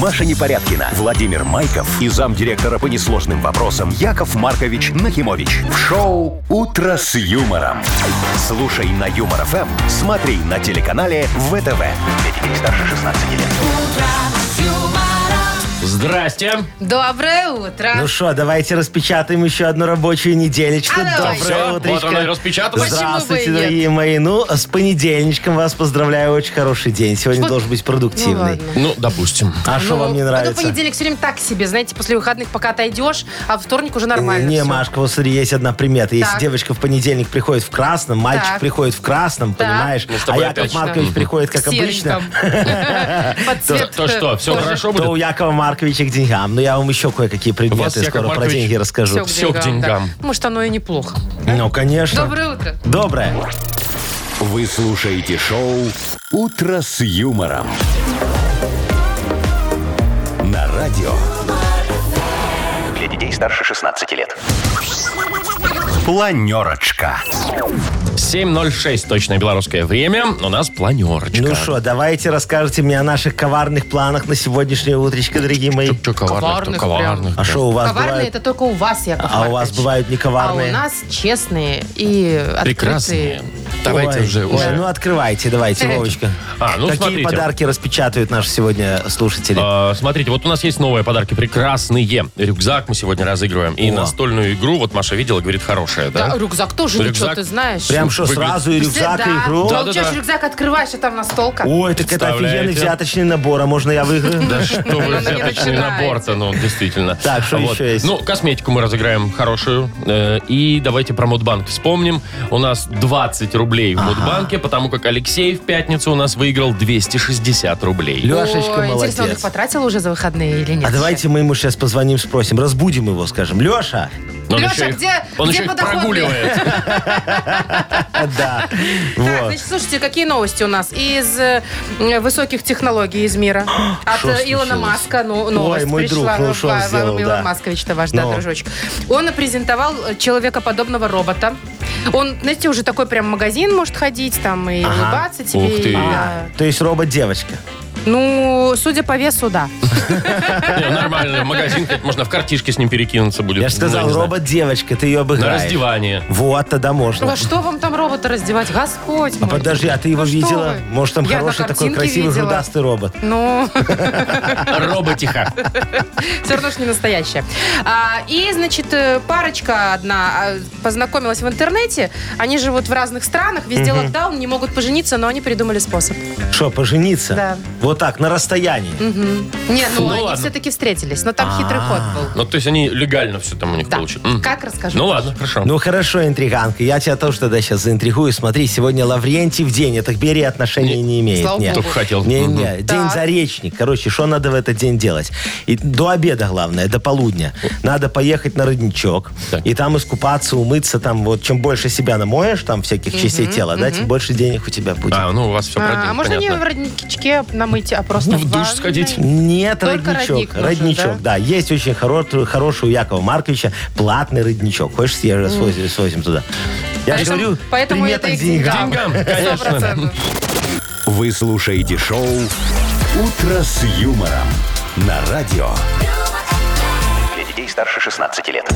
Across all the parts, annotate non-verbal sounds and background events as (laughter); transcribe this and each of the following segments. Маша Непорядкина, Владимир Майков и замдиректора по несложным вопросам Яков Маркович Нахимович. В шоу «Утро с юмором». Слушай на Юмор ФМ, смотри на телеканале ВТВ. Для детей старше 16 лет. Здрасте. Доброе утро. Ну что, давайте распечатаем еще одну рабочую неделечку. А, давай. Доброе Всё, утречко. вот оно и распечаталось. Почему бы и Здравствуйте, нет? дорогие мои. Ну, с понедельничком вас поздравляю. Очень хороший день. Сегодня Вот- должен быть продуктивный. Ну ладно. Ну, допустим. А что вам не Ну, нравится? а то понедельник все время так себе, знаете, после выходных пока отойдешь, а во вторник уже нормально. Не, всё. Машка, вот смотри, есть одна примета. Если Так. девочка в понедельник приходит в красном, мальчик Так. приходит в красном, Так. понимаешь? Ну, с а тобой Яков опять. Маркович приходит, как В обычно, сереньком. (laughs) Под цвет. э, То что, все кожи. хорошо то у будет? Якова Марковича к деньгам. Но я вам еще кое-какие вас, предметы Яков скоро про Маркович, деньги Всё расскажу. Всё к деньгам. да. Может, оно и неплохо. Ну, конечно. Доброе утро. Доброе. Вы слушаете шоу «Утро с юмором». На радио. Для детей старше 16 лет. Планерочка. 7.06, точное белорусское время. У нас планерочка. Ну что, давайте расскажете мне о наших коварных планах на сегодняшнее утречко, дорогие мои. Чё коварных, Коварных то коварных. А что у вас Коварные бывает? это только у вас, Яков А у вас Маркович. бывают не А у коварные? нас честные и открытые. Прекрасные. Давайте Ой, уже, ой, уже. ну открывайте, давайте, Э. Вовочка. А, ну Какие смотрите. подарки распечатают наши сегодня слушатели? Э, Смотрите, вот у нас есть новые подарки. Прекрасные. Рюкзак мы сегодня разыгрываем. И О. настольную игру, вот Маша видела, говорит, хорошая, Да, да? рюкзак тоже, ну Рюкзак. что ты знаешь. Прям что, выглядит- сразу и рюкзак, и Да, игру? Да, получаешь да, да. рюкзак, открываешь, а там настолка. Ой, так это Представляете? офигенный взяточный набор, а можно я выиграю? (laughs) Да что вы, Она не взяточный начинается. набор-то, ну, действительно. Так, что Вот. еще есть? Ну, косметику мы разыграем хорошую. Э, И давайте про Мудбанк вспомним. У нас 20 рублей в Мудбанке, потому как Алексей в пятницу у нас выиграл 260 рублей. Лешечка, Ой, молодец. Интересно, он их потратил уже за выходные или нет? А давайте мы ему сейчас позвоним, спросим, разбудим его, (laughs) скажем. Леша? Он Леша, еще их- где- он где еще их подоходный? прогуливает. (laughs) Да. Так, Вот. значит, слушайте, какие новости у нас из э, м, высоких технологий из мира? От Шо э, Илона случилось? Маска ну, новость Ой, мой пришла. друг, ну шо он Ва- Ва- сделал, Илон да. Ну. Маскович-то ваш, да, Но. дружочек. Он презентовал э, человекоподобного робота. Он, знаете, уже такой прям магазин может ходить, там и Ага. улыбаться тебе. Ух ты. и, А, да. То есть робот-девочка. Ну, судя по весу, да. Не, Нормально, в магазин хоть можно в картишке с ним перекинуться будет. Я же Ну, не сказал, знаю. робот-девочка, ты ее На обыграешь. раздевание. Вот, тогда можно. Во что вам там робота раздевать? Господь А мой. подожди, а ты его Ну что видела? вы? Может, там Я на хороший такой картинке красивый видела. грудастый робот? Ну, Роботиха. Все равно что не настоящая. А, и, значит, э, парочка одна а, познакомилась в интернете. Они живут в разных странах, везде локдаун, не могут пожениться, но они придумали способ. Что, пожениться? Да. Вот так, на расстоянии. Не, ну, Ну они ладно. все-таки встретились, но там хитрый ход был. Ну, то есть они легально все там у них Да. получили. М. Как расскажу? Ну ладно, хорошо. Ну хорошо, интриганка. Я тебя тоже тогда сейчас заинтригую. Смотри, сегодня Лаврентьев день. Это к Берии отношения не, имеет. слава нет. богу. Только хотел. Мгм. Не-не, день Так. заречник. Короче, что надо в этот день делать? И до обеда, главное, до полудня. Надо поехать на родничок Так. и там искупаться, умыться. Там вот чем больше себя намоешь, там всяких частей тела, да, тем больше денег у тебя будет. А, ну у вас все про А, деньги, а можно не в понятно. родничке намыть, а просто Ну, в душ ванной? сходить. Нет, Только родник родничок. нужен, родничок, да? Есть очень хоро- хороший у Якова Марковича платный родничок. Хочешь, съезжу, свозим, свозим туда. Я же Поэтому- говорю, поэтому примета это и к к деньгам. Деньгам, Сто конечно. процентов. Вы слушаете шоу «Утро с юмором» на радио. Для детей старше 16 лет.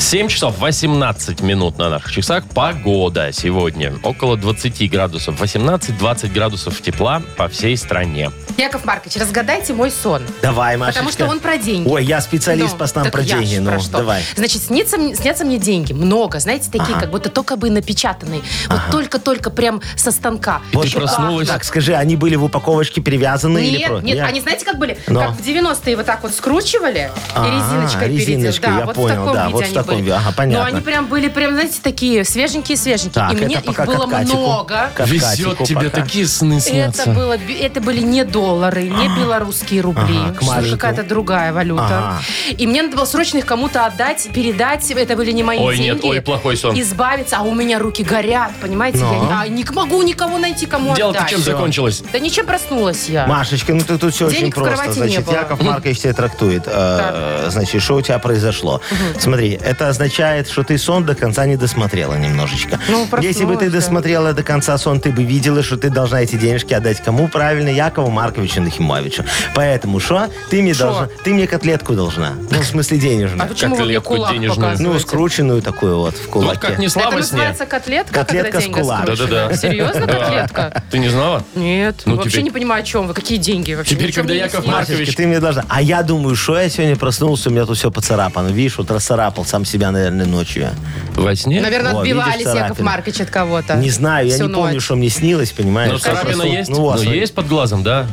7 часов 18 минут на наших часах. Погода сегодня. Около 20 градусов. 18-20 градусов тепла по всей стране. Яков Маркович, разгадайте мой сон. Давай, Машечка. Потому что он про деньги. Ой, я специалист Ну, по снам так про я ж деньги. про Ну, что. давай. Значит, снится, мне- снятся мне деньги. Много, знаете, такие, как будто только бы напечатанные. Вот только-только прям со станка. а, Вот ты так, проснулась? Так, скажи, они были в упаковочке перевязаны или Нет, про- нет, они знаете, как были? Но. Как в 90-е вот так вот скручивали А, и резиночкой передел. резиночкой, я вот в понял, таком да, виде вот в они таком были. виде, ага, понятно. Но они прям были, прям, знаете, такие свеженькие-свеженькие. Так, и мне это их пока было Кавказику. много. Кавказику Везет тебе пока. такие сны снятся. Это, было, бе- это были не доллары, не белорусские рубли, А. Ага, к что мальчику. какая-то другая валюта. Ага. И мне надо было срочно их кому-то отдать, передать. Это были не мои Ой, деньги. нет, ой, плохой сон. Избавиться, а у меня руки горят, понимаете? Ну. Я не, а не могу никого найти, кому Дело-то отдать. чем закончилось? Да ничем проснулась я. Машечка, ну ты тут все Денег очень в просто. кровати не Значит, было. Яков Маркович тебя трактует. Э, Значит, что у тебя произошло? Смотри, это это означает, что ты сон до конца не досмотрела немножечко. Ну, Если бы ты проснулась, да. досмотрела до конца сон, ты бы видела, что ты должна эти денежки отдать кому правильно? Якову Марковичу Нахимовичу. Поэтому что? Ты мне Шо? должна... Ты мне котлетку должна. Ну, в смысле А денежную. почему вы мне легкую кулак денежную. показываете? Ну, скрученную такую вот в Ну, кулаке. как не Это слабо с ней. называется котлетка, Котлетка когда с деньги кулаком. скручены? Да-да-да. Серьезно, Да. котлетка? Ты не знала? Нет, Ну, вообще теперь- не понимаю, о чем вы. Какие деньги вообще? Теперь, Ничем когда мне не Яков снилось. Маркович- Машечка, ты мне должна. А я думаю, что я сегодня проснулся, у меня тут все поцарапано. Видишь, вот расцарапал сам себя, наверное, ночью. Во сне? Наверное, О, отбивались видишь, Яков царапины. Маркович от кого-то. Не знаю, я Всю не помню, ночь. что мне снилось, понимаешь? Но Я царапина проснулся- есть? Ну, вот, Ну, смотри. есть под глазом, да?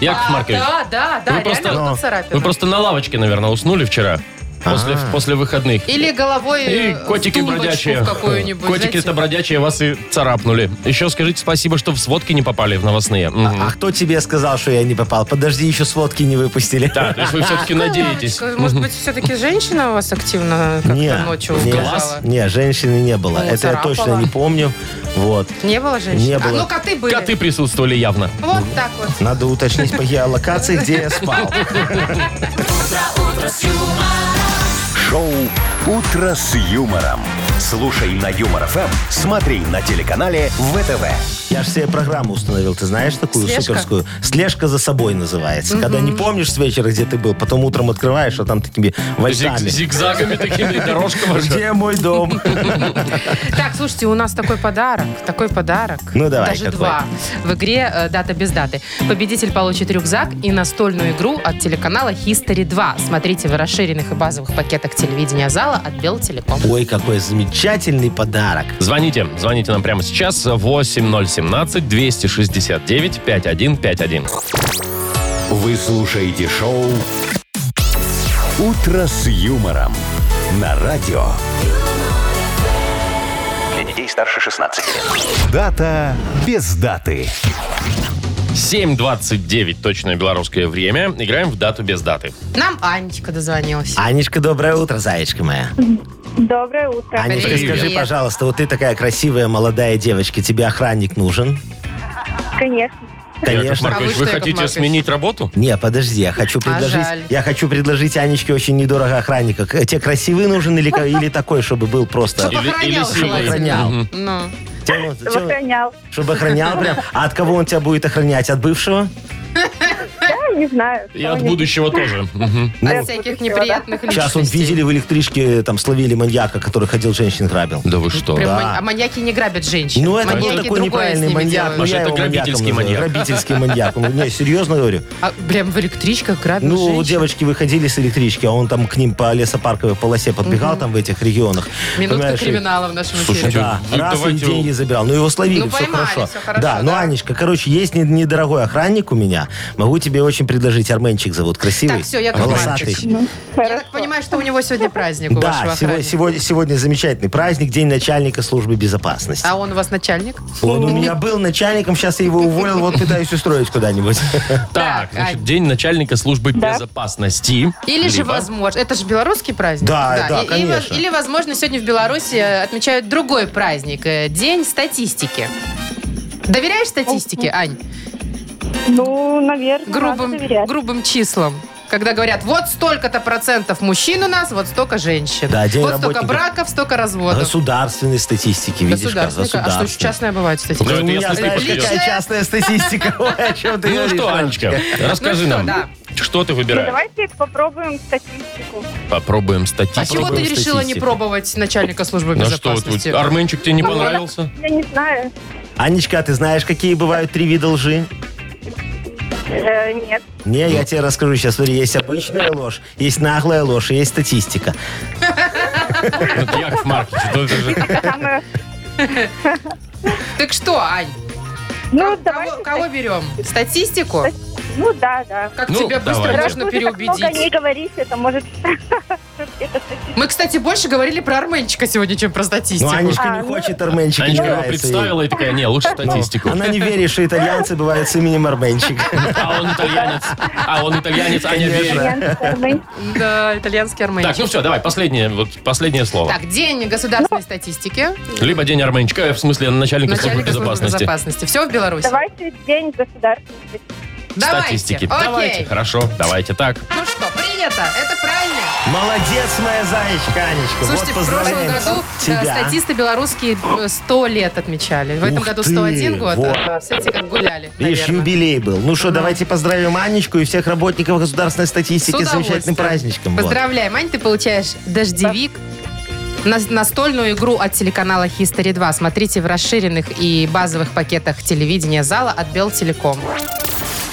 Яков А, Маркович, Да, да, да, Вы реально просто- вот Ну. царапина. вы просто на лавочке, наверное, уснули вчера? После, А. после выходных. Или головой И э, в котики тумбочку бродячие. в какую-нибудь. Котики-то знаете. бродячие вас и царапнули. Еще скажите спасибо, что в сводки не попали в новостные. Мгм. А кто тебе сказал, что я не попал? Подожди, еще сводки не выпустили. Да, то есть вы (laughs) все-таки надеетесь. Леночка, Ну, Может быть, все-таки женщина у вас активно как-то (laughs) Не, ночью не, убежала? не, женщины не было. Ну, Это царапала. я точно не помню. Вот. Не было женщины? Не было. А, ну, коты были. Коты присутствовали явно. Вот так вот. Надо уточнить по геолокации, где я спал. Шоу «Утро с юмором». Слушай на Юмор ФМ, смотри на телеканале ВТВ. Я же себе программу установил, ты знаешь такую Слежка? суперскую? Слежка за собой называется. Когда не помнишь с вечера, где ты был, потом утром открываешь, а там такими Зиг- вальсами. зигзагами (laughs) такими дорожка ваша. Где мой (laughs) дом? Так, слушайте, у нас такой подарок, такой подарок. Ну, давай, Даже какой? два. В игре э, «Дата без даты». Победитель получит рюкзак и настольную игру от телеканала History 2. Смотрите в расширенных и базовых пакетах телевидения зала от Белтелеком. Ой, какой замечательный подарок. Звоните, звоните нам прямо сейчас 8017 269 5151. Вы слушаете шоу «Утро с юмором» на радио. Для детей старше 16 лет. Дата без даты. 7.29 точное белорусское время. Играем в дату без даты. Нам Анечка дозвонилась. Анечка, доброе утро, зайчка моя. Доброе утро. Анечка, Привет. скажи, пожалуйста, вот ты такая красивая молодая девочка, тебе охранник нужен? Конечно. Яков Конечно. Маркович, А вы вы что, Яков хотите Маркович? сменить работу? Не, подожди, я хочу предложить, жаль. я хочу предложить Анечке очень недорого охранника. К- Тебе красивый нужен или, ка- или такой, чтобы был просто... Или- Охранял или силой. желательно. Мгм. Ну. Тебе вот- тебе вот- Охранял. Чтобы охранял прям. А от кого он тебя будет охранять? От бывшего? Да, не знаю. И от будущего тоже. Мгм. От всяких неприятных личностей. Ну, Сейчас он видели в электричке, там словили маньяка, который ходил женщин грабил. Да вы что? Прям Да. ман- А маньяки не грабят женщин. Ну, это маньяки был такой другое с неправильный ними маньяк. Ну, делают. Может, я это его грабительский маньяком называю. маньяк. Грабительский маньяк. Ну, Не, серьезно говорю. А, прям в электричках грабят Ну, женщин. девочки выходили с электрички, а он там к ним по лесопарковой полосе подбегал там в этих регионах. Минутка Понимаешь, и- криминала в нашем эфире. Слушайте, Да, Ну, раз и давайте его- деньги забирал. Ну, его словили, Ну, все, поймали, хорошо. всё хорошо, Да, ну, да. Анечка, короче, есть не- недорогой охранник у меня. Могу тебе очень предложить. Арменчик зовут, красивый. Так, всё, Яков ну, волосатый. Маркович. Я так понимаю, что у него сегодня праздник у вашего Да, сего- охранника. сегодня, сегодня замечательный праздник, День начальника службы безопасности. А он у вас начальник? Он у меня был начальником, сейчас я его уволил, вот пытаюсь устроить куда-нибудь. Так, Так, значит, Ань. день начальника службы безопасности. Или же, Либо- возможно, это же белорусский праздник. Да, да, и- и во- конечно. или, возможно, сегодня в Беларуси э, отмечают другой праздник, э, День статистики. Доверяешь статистике, Ань? Ну, наверное, Грубым, надо доверять. грубым числам. Когда говорят, вот столько-то процентов мужчин у нас, вот столько женщин. Да, день вот столько работника. браков, столько разводов. Государственной статистики, видишь, как Государственника. А что, еще государственной. частная бывает Ну, статистика? Да, у это меня, если ты знаешь, подберешь. какая частная статистика. (laughs) Ой, о чем ты Ну говоришь, что, Анечка, расскажи Ну что, нам, да. что ты Ну, выбираешь? давайте попробуем статистику. Попробуем А чего статистику. ты Попробуем решила не статистику. пробовать начальника службы Ну что, вот безопасности? Ну, Арменчик тебе не понравился? Я не знаю. Анечка, а ты знаешь, какие бывают три вида лжи? Э, нет. Не, Ну. я тебе расскажу сейчас. Смотри, есть обычная ложь, есть наглая ложь, и есть статистика. Это Яков Маркович, ну это Типа, же- Самое- Так что, Ань, Ну, кого, давайте. кого берем? Статистику? Ну, да, да. Как Ну, тебя быстро давайте. Раз можно вы так много не переубедить? говорите, это может... Это статистика. Мы, кстати, больше говорили про Арменчика сегодня, чем про статистику. Ну, Анечка А, не ну- хочет Арменчика. Анечка не его нравится ей. представила и такая, не, лучше Ну, статистику. Она не верит, что итальянцы бывают с именем Арменчик. (laughs) А он итальянец, а он итальянец, Аня Конечно. верит. Я не знаю. Ну, а Да, итальянский Так, Арменчик. ну все, давай, последнее, вот последнее слово. Так, день государственной Ну. статистики. Либо день Арменчика, э, в смысле начальника службы Начальника службы безопасности. безопасности. Все в Беларуси. Давайте день государственности. Давайте. Статистики. Окей. Давайте, хорошо, давайте так. Ну что, принято. лето. Это правильно. Молодец, моя заячка, Анечка. Слушайте, вот в прошлом поздравляем году тебя. э, статисты белорусские э, 100 лет отмечали. В этом Ух году ты, 101 год. вот. А, Смотрите, как гуляли, Видишь, наверное. юбилей был. Ну что, давайте поздравим Анечку и всех работников государственной С статистики с удовольствием. замечательным праздничком. Вот. Поздравляем. Ань, ты получаешь дождевик. На- Настольную игру от телеканала History 2 смотрите в расширенных и базовых пакетах телевидения зала от Белтелеком.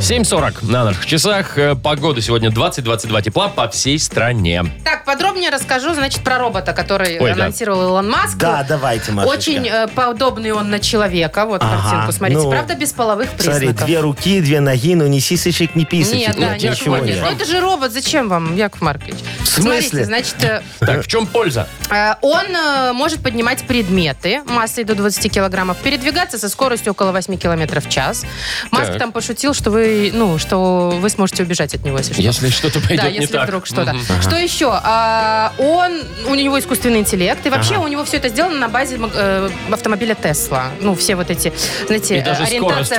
7.40 на наших часах. Э, Погода сегодня 20-22 тепла по всей стране. Так, подробнее расскажу, значит, про робота, который Ой, да. анонсировал Илон Маск. Да, давайте, Машечка. Очень э, подобный он на человека. Вот Ага, картинку, смотрите. ну, Правда, без половых Смотри, признаков. две руки, две ноги, ну не сисочек, не Нет, писочек. да, Нет, Яков ничего Маркович, нет. Ну это же робот, зачем вам, Яков Маркович? В смысле? Смотрите, значит, э, Так, в чем польза? э, он э, может поднимать предметы массой до 20 килограммов, передвигаться со скоростью около 8 километров в час. Маск Так. там пошутил, что вы, ну, что вы сможете убежать от него, если что. Если что-то пойдет Да, не если так. вдруг что-то. Мгм. Что еще? А, он, у него искусственный интеллект, и вообще у него все это сделано на базе м, э, автомобиля Тесла. Ну, все вот эти, знаете, И даже ориентация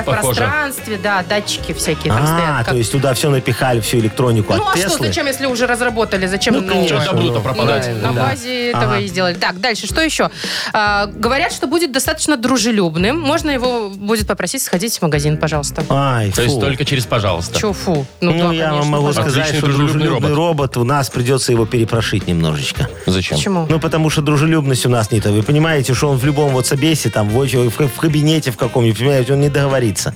скорость в похожа. пространстве, да, датчики всякие там А, стоят. как то есть туда все напихали, всю электронику ну а от что, Теслы. зачем, если уже разработали? Зачем Ну, на- конечно. Что добру-то Ну, пропадать? на базе этого и сделали. Так, дальше, что еще? А, говорят, что будет достаточно дружелюбным. Можно его будет попросить сходить в магазин, пожалуйста. Ай, То есть фу. только через «пожалуйста». Че, фу. Ну, да, я вам конечно, могу пожалуйста. сказать, Отличный что дружелюбный дружелюбный робот. у нас придется его перепрошить немножечко. Зачем? Почему? Ну, потому что дружелюбность у нас не то. Вы понимаете, что он в любом вот собесе, там, в, очереди, в, в кабинете в каком-нибудь, понимаете, он не договорится.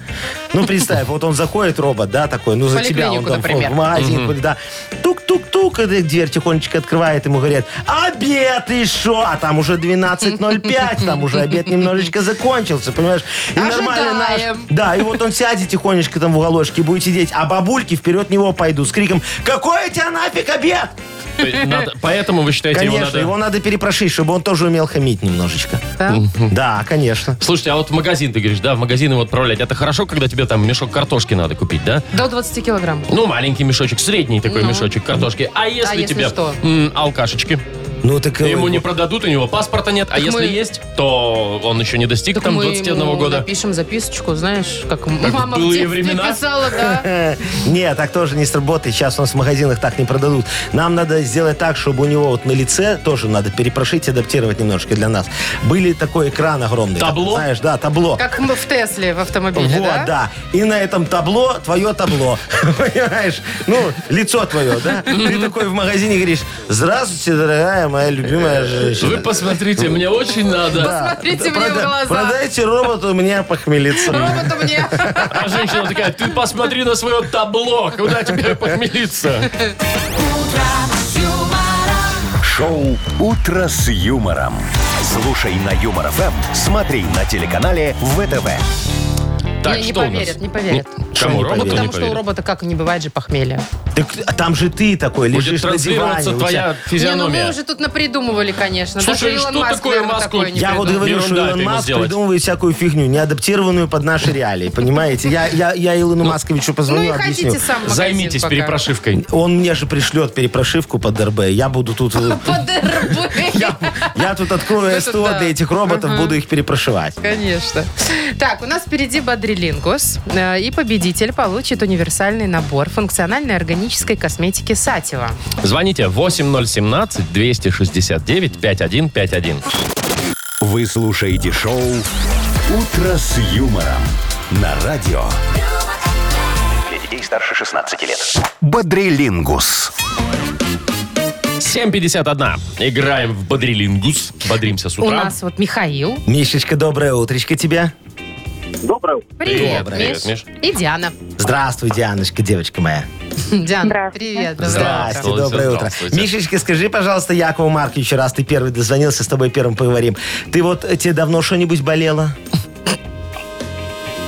Ну, представь, вот он заходит, робот, да, такой, ну, за тебя он поликлинику, там в- например. в магазин, да, тук-тук-тук, и дверь тихонечко открывает, ему говорят, обед и шо? А там уже 12.05, там уже обед немножечко закончился, понимаешь? И Ожидаем. Да, и вот он сядет тихонечко там в уголочке, будет сидеть, а бабульки вперед него пойдут с криком, какой у тебя нафиг обед? То есть надо- Поэтому вы считаете, его Конечно, надо... его надо перепрошить, чтобы он тоже умел хамить немножечко. Да? Да, конечно. Слушайте, а вот в магазин, ты говоришь, да, в магазин его отправлять. Это хорошо, когда тебе там мешок картошки надо купить, да? До 20 килограмм. Ну, маленький мешочек, средний такой мешочек картошки. А если, Ну. если тебе что? м, алкашечки? Ну так э, Ему не продадут, у него паспорта нет. А если мы- есть, то он еще не достиг Так там мы 21 ему года. Напишем записочку, знаешь, как мама в былые детстве времена? писала, да. э, не, так тоже не сработает. Сейчас у нас в магазинах так не продадут. Нам надо сделать так, чтобы у него вот на лице тоже надо перепрошить, адаптировать немножко для нас. Были такой экран огромный. Табло? Знаешь, да, табло. Как мы в Тесле в автомобиле, Вот, да? да? И на этом табло твое табло. (laughs) Понимаешь? Ну, лицо твое, да? Ты такой в магазине говоришь, здравствуйте, дорогая моя любимая женщина. Э, Вы посмотрите, мне очень надо. Смотрите мне в Прода- глаза. Продайте роботу мне похмелиться. Роботу мне. А женщина такая, ты посмотри на свое табло, куда тебе похмелиться. Шоу «Утро с юмором». Слушай на Юмор ФМ, смотри на телеканале ВТВ. Так, Не, не что у нас? поверят, не поверят. Не- Кому, не роботу не Потому что у поверят? робота как не ну, бывает же похмелья. Так а там же ты такой Будет лежишь на диване. транслироваться у тебя- твоя Не, ну мы физиономия. уже тут напридумывали, конечно. Слушай, Даже Илон что Маск, такое наверное, Маску? такое не Я вот придумал. говорю, Ерунда что это Илон ему Маск сделать. придумывает всякую фигню, не адаптированную под наши реалии, понимаете? Я, я, я Илону Масковичу Ну и позвоню, объясню. ходите сам в магазин Займитесь пока. перепрошивкой. Он мне же пришлет перепрошивку под РБ. Я буду тут... Под Я, РБ. я тут открою Это СТО да. для этих роботов, буду их перепрошивать. Конечно. Так, у нас впереди Бодрилингус. Э, И победитель получит универсальный набор функциональной органической косметики Сатива. Звоните 8017-269-5151. Вы слушаете шоу «Утро с юмором» на радио Для детей старше 16 лет. «Бодрилингус». 7.51. Играем в Бодрилингус. Бодримся с утра. У нас вот Михаил. Мишечка, доброе утречко тебе. Привет, Привет, Миш. Миш. И Диана. Здравствуй, Дианочка, девочка моя. Диана, Здравствуйте. привет. доброе Здрасте, Здравствуйте, доброе утро. здравствуйте. Мишечка, скажи, пожалуйста, Якову Марковичу, раз ты первый дозвонился, с тобой первым поговорим. Ты вот, э, тебе давно что-нибудь болело?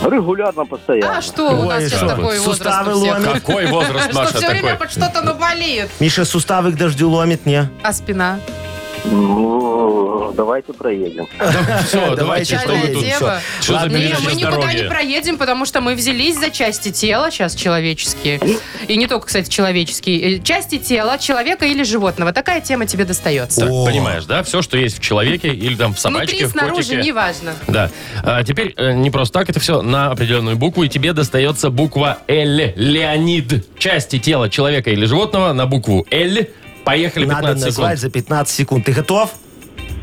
Регулярно, утро. постоянно. А что у нас Ой, сейчас что такой вы. возраст Суставы у всех? ломит. Какой возраст, Что Маша, все время такой? под что-то наболеет. Миша, суставы к дождю ломит, не? А спина? Ну, давайте проедем. Все, давайте, А что вы Чайная тут... дева. Что за Ладно, Не, билет Сейчас мы на никуда не здоровье? проедем, потому что мы взялись за части тела сейчас человеческие. И не только, кстати, человеческие. Э, Части тела человека или животного. Такая тема тебе достается. Так, О. понимаешь, да? Все, что есть в человеке или там в собачке, Внутри, в снаружи, котике. неважно. Да. А теперь э, не просто так, это все на определенную букву, и тебе достается буква Л. Леонид. Части тела человека или животного на букву Л. Поехали, Надо 15 назвать секунд. за 15 секунд. Ты готов?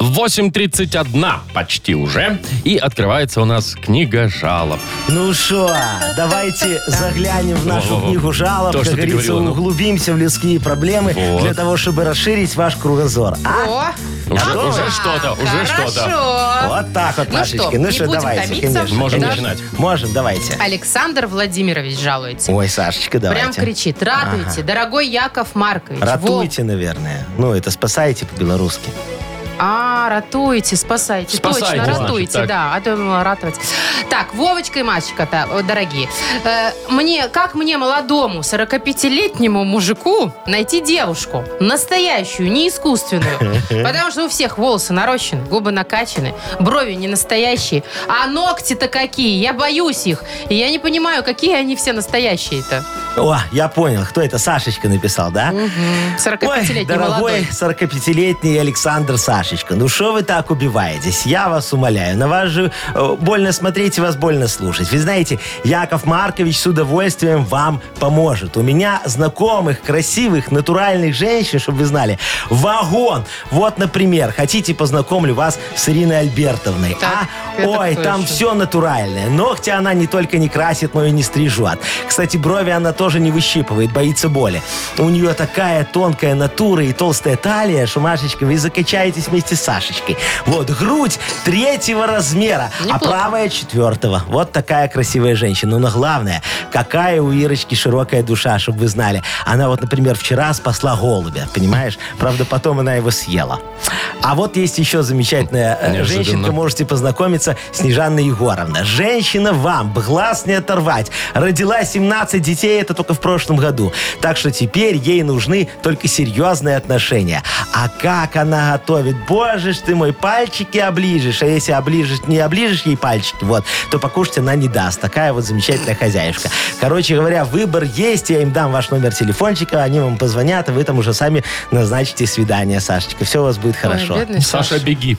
8.31 почти уже. И открывается у нас книга жалоб. Ну что, давайте заглянем в нашу Во-во-во. книгу жалоб, То, как что ты говорится, говорила, ну. углубимся в людские проблемы Вот. для того, чтобы расширить ваш кругозор. А? О, Уже, Готовы? уже что-то, уже что-то. Хорошо. Вот так вот, Ну Машечки. что, Ну не что, будем давайте, томиться? конечно. Можем конечно. начинать. Можем, давайте. Александр Владимирович жалуется. Ой, Сашечка, давайте. Прям кричит. Радуйте, дорогой Яков Маркович. Ратуйте, наверное. Ну, это спасайте по-белорусски. Вов- А, ратуете, спасайте. Спасайте, Точно, значит, ратуйте, так. да. А то я думала, ратовать. Так, Вовочка и Машечка, та- о, дорогие. Э, мне, как мне, молодому, 45-летнему мужику, найти девушку? Настоящую, (laughs) не искусственную. Потому что у всех волосы нарощены, губы накачаны, брови не настоящие. А ногти-то какие, я боюсь их. И я не понимаю, какие они все настоящие-то. О, я понял, кто это? Сашечка написал, да? Мгм. 45-летний Ой, дорогой молодой. 45-летний Александр Сашечка, ну что вы так убиваетесь? Я вас умоляю. На вас же э, больно смотреть и вас больно слушать. Вы знаете, Яков Маркович с удовольствием вам поможет. У меня знакомых, красивых, натуральных женщин, чтобы вы знали, вагон. Вот, например, хотите, познакомлю вас с Ириной Альбертовной. Так, а? это Ой, кто там еще? все натуральное. Ногти она не только не красит, но и не стрижет. Кстати, брови она тоже не выщипывает, боится боли. У нее такая тонкая натура и толстая талия, что, Машечка, вы закачаетесь вместе с Сашечкой. Вот, грудь третьего размера, Неплохо. а правая четвертого. Вот такая красивая женщина. Но главное, какая у Ирочки широкая душа, чтобы вы знали. Она вот, например, вчера спасла голубя, понимаешь? Правда, потом она его съела. А вот есть еще замечательная э, Неожиданно. женщинка, можете познакомиться Снежанна Егоровна. Женщина вам, б глаз не оторвать. Родила 17 детей, это только в прошлом году. Так что теперь ей нужны только серьезные отношения. А как она готовит? Боже ж ты мой, пальчики оближешь. А если оближешь, не оближешь ей пальчики, вот, то покушать она не даст. Такая вот замечательная хозяюшка. Короче говоря, выбор есть. Я им дам ваш номер телефончика, они вам позвонят, и вы там уже сами назначите свидание, Сашечка. Все у вас будет хорошо. Ой, бедный Саша, беги.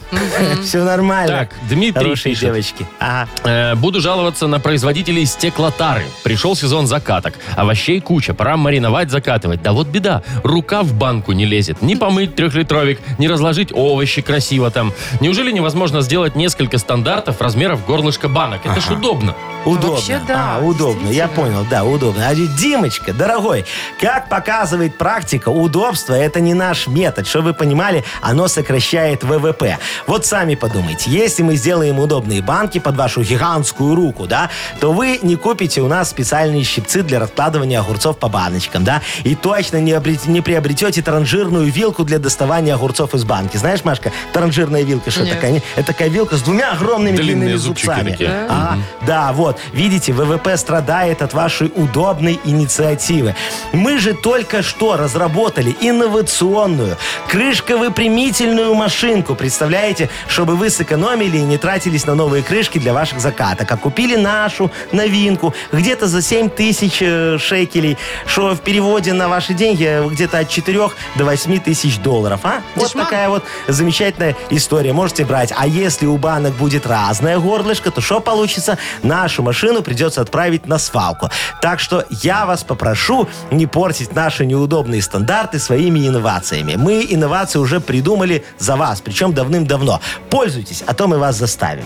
Все нормально. Так, Дмитрий Хорошие пишет. девочки. Ага. Э, Буду жаловаться на производителей стеклотары. Пришел сезон закаток. Овощей куча, пора мариновать, закатывать. Да вот беда, рука в банку не лезет. Не помыть трехлитровик, не разложить овощи красиво там. Неужели невозможно сделать несколько стандартов размеров горлышка банок? Это ж удобно. Удобно. вообще да, А, удобно. действительно. Я понял, да, удобно. А ведь, Димочка, дорогой, как показывает практика, удобство это не наш метод. Чтобы вы понимали, оно сокращает ВВП. Вот сами подумайте, если мы сделаем удобные банки под вашу гигантскую руку, да, то вы не купите у нас специальные щипцы для раскладывания огурцов по баночкам, да, и точно не, обрет- не приобретете транжирную вилку для доставания огурцов из банки. Знаешь, Машка, транжирная вилка, что Нет. такая? Не- Это такая вилка с двумя огромными Длинные длинными зубчики зубцами. такие. Да? А, да, вот, видите, ВВП страдает от вашей удобной инициативы. Мы же только что разработали инновационную крышковыпрямительную машинку, представляете, чтобы вы сэкономили и не тратились на новые крышки для ваших закаток, а купили нашу новинку где-то за 7 тысяч э, шекелей, что в переводе на ваши деньги э, где-то от 4 до 8 тысяч долларов, а? Вот Дешман. такая вот замечательная история. Можете брать. А если у банок будет разное горлышко, то что получится? Нашу машину придется отправить на свалку. Так что я вас попрошу не портить наши неудобные стандарты своими инновациями. Мы инновации уже придумали за вас, причем давным-давно. Пользуйтесь, а то мы вас заставим.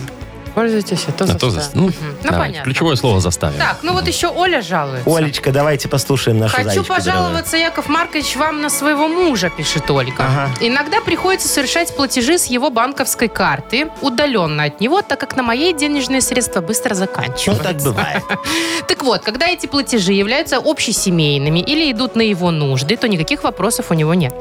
Пользуйтесь, а то А то за за- что. Ну, Мгм. Ну, давай, понятно. Ключевое слово заставим. Так, ну вот еще Оля жалуется. Олечка, давайте послушаем нашу Хочу зайчику дорогую. пожаловаться, Яков Маркович, вам на своего мужа, пишет Ольга. Иногда приходится совершать платежи с его банковской карты, удаленно от него, так как на моей денежные средства быстро Ну, заканчиваются. так бывает. Так вот, когда эти платежи являются общесемейными или идут на его нужды, то никаких вопросов у него нет.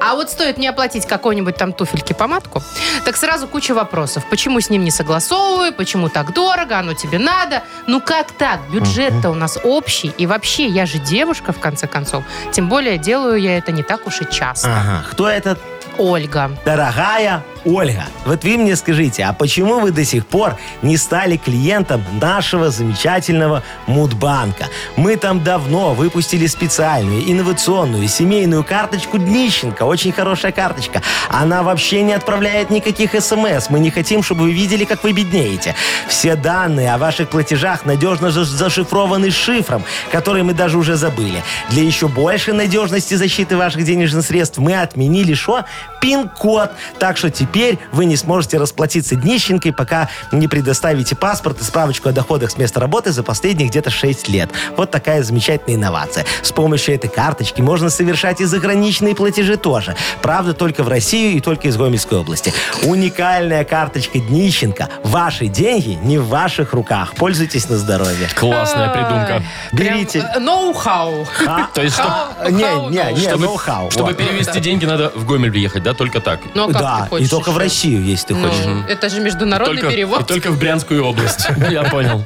А вот стоит мне оплатить какой-нибудь там туфельки помадку, так сразу куча вопросов. Почему с ним не согласовываю? Почему так дорого? Оно тебе надо? Ну как так? Бюджет-то у нас общий. И вообще, я же девушка, в конце концов. Тем более, делаю я это не так уж и часто. Ага. Кто этот? Ольга. Дорогая Ольга, вот вы мне скажите, а почему вы до сих пор не стали клиентом нашего замечательного Мудбанка? Мы там давно выпустили специальную, инновационную, семейную карточку Днищенко. Очень хорошая карточка. Она вообще не отправляет никаких смс. Мы не хотим, чтобы вы видели, как вы беднеете. Все данные о ваших платежах надежно за- зашифрованы шифром, который мы даже уже забыли. Для еще большей надежности защиты ваших денежных средств мы отменили что? Пин-код. Так что теперь Теперь вы не сможете расплатиться днищенкой, пока не предоставите паспорт и справочку о доходах с места работы за последних где-то 6 лет. Вот такая замечательная инновация. С помощью этой карточки можно совершать и заграничные платежи тоже. Правда, только в Россию и только из Гомельской области. Уникальная карточка Днищенко. Ваши деньги не в ваших руках. Пользуйтесь на здоровье. Классная придумка. Ой, прям, Берите. А, э, Ноу-хау. То есть, чтоб- Хау- Не, хау, ну. не, ноу. не, чтобы, ноу-хау. чтобы Вот. перевести деньги, надо в Гомель приехать, да? Только так. (laughs) Ну, а как Да, ты хочешь и только в еще? Россию, если ты Ну, хочешь. это же международный Только, и перевод. только в Брянскую область. Я понял.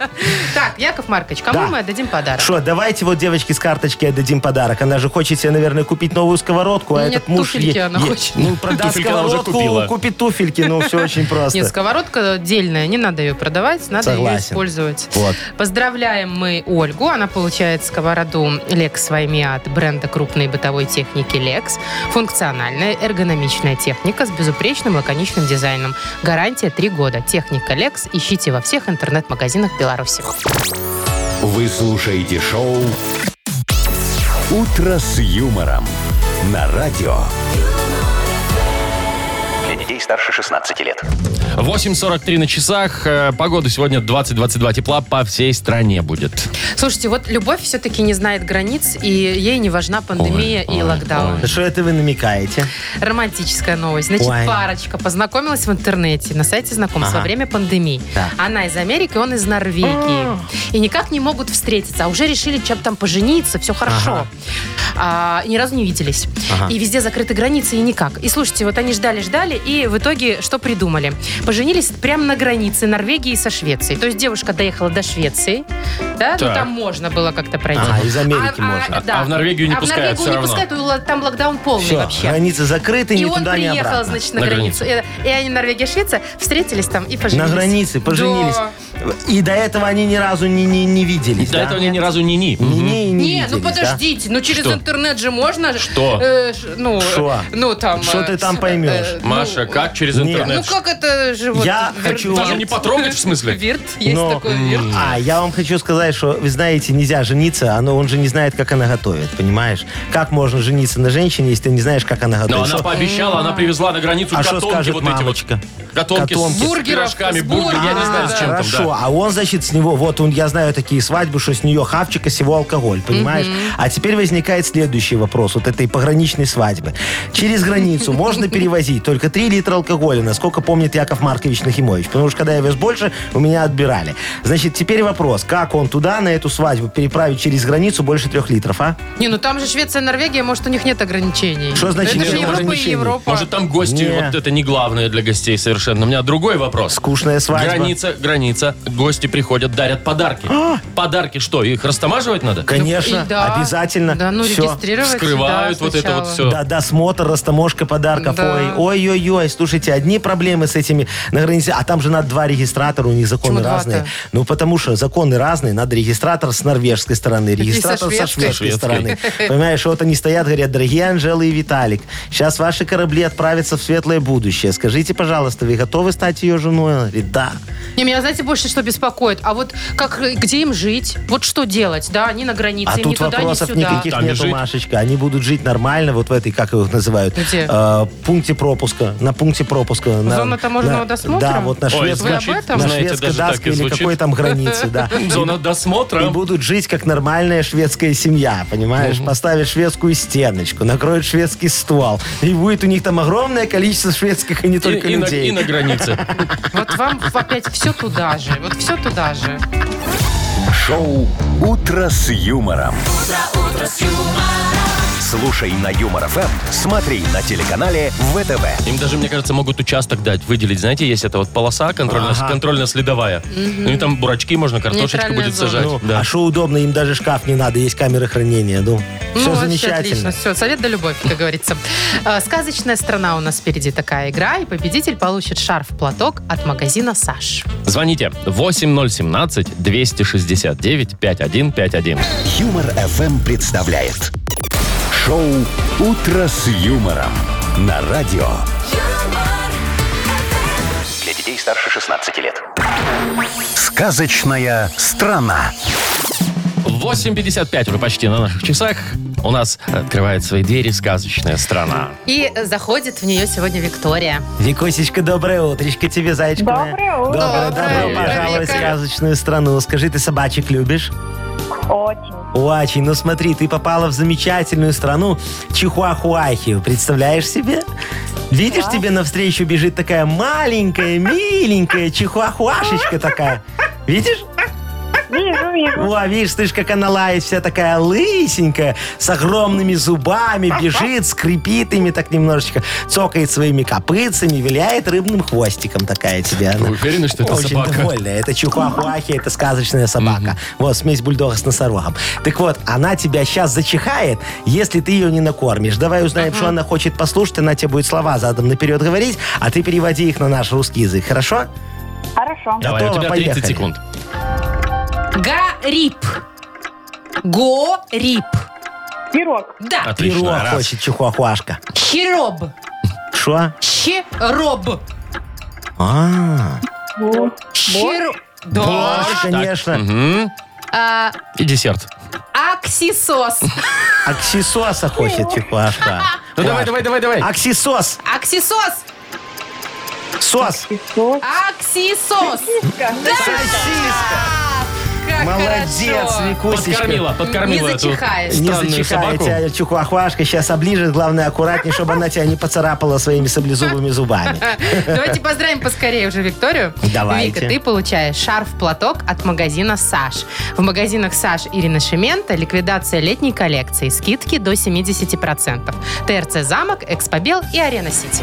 Так, Яков Маркович, кому Да. мы отдадим подарок? Что, давайте вот девочке с карточки отдадим подарок. Она же хочет себе, наверное, купить новую сковородку, а Нет, этот (laughs) муж... туфельки она хочет. Ну, продаст Туфельки она уже сковородку, купила. купит туфельки, ну, все (laughs) очень Нет, просто. сковородка отдельная, не надо ее продавать, надо ее Согласен. использовать. Вот. Поздравляем мы Ольгу. Она получает сковороду Lex Ваймя от бренда крупной бытовой техники Lex. Функциональная эргономичная техника с безупречным лаконичным дизайном. Гарантия 3 года. Техника Lex ищите во всех интернет-магазинах Беларуси. Вы слушаете шоу «Утро с юмором» на радио. Для детей старше 16 лет. 8.43 на часах. Э, Погода сегодня 20-22 тепла по всей стране будет. Слушайте, вот любовь все-таки не знает границ, и ей не важна пандемия Ой, и ой, локдаун. ой. Что это вы намекаете? Романтическая новость. Значит, Ой. парочка познакомилась в интернете на сайте знакомств во Ага. время пандемии. Да. Она из Америки, он из Норвегии. И никак не могут встретиться, а уже решили чем там пожениться, все хорошо. Ага. А, и ни разу не виделись. Ага. И везде закрыты границы, и никак. И слушайте, вот они ждали-ждали, и в итоге что придумали? Поженились прямо на границе Норвегии со Швецией. То есть девушка доехала до Швеции, да, ну Так. там можно было как-то пройти. Ага, из Америки А- а- можно. А в Норвегию не а в пускают Норвегию всё не равно. пускают, и л- там локдаун полный Все, вообще. границы закрыты, И ни он туда, ни приехал, обратно. значит, на, На границу. И, и они, Норвегия, Швеция, встретились там и На поженились. границе поженились. Да. И до этого они ни разу не, не, не И виделись, До да? этого они ни разу не ни. Не, Мгм. не, Не, не ну виделись, да? подождите, ну через Что? интернет же можно. Что? э, ш- ну, э, Шо? ну там. Шо э, ты там с- поймешь? э, ну, Маша, как через Нет. Ну интернет? как это же вот... Я вир- хочу Даже вам- не потрогать, в смысле? Вирт, есть Но- такой вирт. А, я вам хочу сказать, что, вы знаете, нельзя жениться, оно, он же не знает, как она готовит, понимаешь? Как можно жениться на женщине, если ты не знаешь, как она готовит? Но она Что- пообещала, она привезла на границу А что готовки скажет вот эти вот. мамочка? Готовки Готовки. с Бургеров, пирожками, с бургер, Ну, я не бургерами, знаю, да. с чем там, Хорошо, да. а он, значит, с него, вот он, я знаю такие свадьбы, что с нее хавчик, а всего алкоголь, понимаешь? А теперь возникает следующий вопрос вот этой пограничной свадьбы. Через границу можно перевозить только 3 литра алкоголя, насколько помнит Яков Маркович Нахимович, потому что когда я вез больше, у меня отбирали. Значит, теперь вопрос, как он туда, на эту свадьбу, переправить через границу больше 3 литров, а? Не, ну там же Швеция, Норвегия, может, у них нет ограничений. Что значит Это же нет Европа и ограничений? Европа. Может, там гости, Не. вот это не главное для гостей совершенно. У меня другой вопрос. Скучная свадьба. Граница, граница. Гости приходят, дарят подарки. Подарки что, их растамаживать надо? Конечно, И да, обязательно. Да, ну Всё. регистрировать. Скрывают да, вот это вот все. сначала. Да, досмотр, растаможка подарков. Да. Ой, Ой-ой-ой, слушайте, одни проблемы с этими на границе. А там же надо два регистратора, у них законы Почему два-то? разные. Ну, потому что законы разные. Надо регистратор с (laughs) норвежской стороны, регистратор со шведской. шведской Шведской. (laughs) стороны. Понимаешь, вот они стоят, говорят, дорогие Анжелы и Виталик, сейчас ваши корабли отправятся в светлое будущее. Скажите, пожалуйста, вы готовы стать ее женой? Она говорит, да. Не, меня, знаете, больше что беспокоит? А вот как, где им жить? Вот что делать? Да, они на границе, А ни тут туда, ни вопросов сюда. никаких Там и нету, жить. Машечка. Они будут жить нормально, вот в этой, как их называют, Где? э, пункте пропуска. На пункте пропуска. на- Зона таможенного на- досмотра? Да, вот на Ой, Вы шведской, об этом? на Знаете, даже так и шведско-датской или звучит. какой там границе, да. (laughs) Зона И досмотра. будут жить как нормальная шведская семья, понимаешь? Поставят шведскую стеночку, накроют шведский ствол. И будет у них там огромное количество шведских, и не И, только и на, людей. и на границе. Вот вам опять все туда же. Вот все туда же. Шоу «Утро с юмором». Слушай на Юмор ФМ, смотри на телеканале ВТВ. Им даже, мне кажется, могут участок дать, выделить. Знаете, есть эта вот полоса контрольно- Ага. контрольно-следовая. Ну и там бурачки можно, картошечку Нейтральная будет зона. сажать. Ну, да. А что удобно, им даже шкаф не надо, есть камеры хранения. Ну, все ну, вообще отлично. замечательно. Все, совет да любовь, как говорится. Э, Сказочная страна у нас впереди такая игра, и победитель получит шарф-платок от магазина «Саш». Звоните 8017-269-5151. Юмор ФМ представляет шоу Утро с юмором на радио. Для детей старше 16 лет. Сказочная страна. 8.55 уже почти на наших часах. у нас открывает свои двери сказочная страна. И заходит в нее сегодня Виктория. Викосечка, доброе утречко тебе, зайчка моя. Доброе утро. Доброе Доброе, добро утро, пожаловать в Вика. сказочную страну. Скажи, ты собачек любишь? Очень. Очень. Ну смотри, ты попала в замечательную страну Чихуахуахию. Представляешь себе? Видишь, тебе навстречу бежит такая маленькая, миленькая чихуахуашечка такая. Видишь? Вижу, вижу. О, видишь, ты ж как она лает, вся такая лысенькая, с огромными зубами, бежит, скрипит ими так немножечко, цокает своими копытцами, виляет рыбным хвостиком такая тебе она. Вы уверены, что это Очень собака? довольная. Это чухуахуахи, это сказочная собака. Вот, смесь бульдога с носорогом. Так вот, она тебя сейчас зачихает, если ты ее не накормишь. Давай узнаем, что она хочет послушать. Она тебе будет слова задом наперед говорить, а ты переводи их на наш русский язык. Хорошо? Хорошо. Давай, у Готово, тебя 30 поехали. секунд. Гарип. Горип. Пирог. Да. Отлично. Пирог Раз. хочет чухуахуашка. Хероб. Что? Хероб. А, Хер... Да. Борщ, конечно. Мгм. А, И десерт. аксисос. Аксисоса хочет чухуашка. Ну давай, давай, давай, давай. А, Аксисос. Аксисос. Сос. Песок. Аксисос. Да! Как Молодец, хорошо. Викусечка. Подкормила, подкормила Не эту зачихаешь. Не странную зачекай, собаку. тебя чухуахуашка сейчас оближет, главное, аккуратнее, чтобы она тебя не поцарапала своими саблезубыми зубами. Давайте поздравим поскорее уже Викторию. Давайте. Вика, ты получаешь шарф-платок от магазина «Саш». В магазинах «Саш» и «Ренашемента» ликвидация летней коллекции. Скидки до 70%. ТРЦ «Замок», «Экспобел» и «Арена Сити».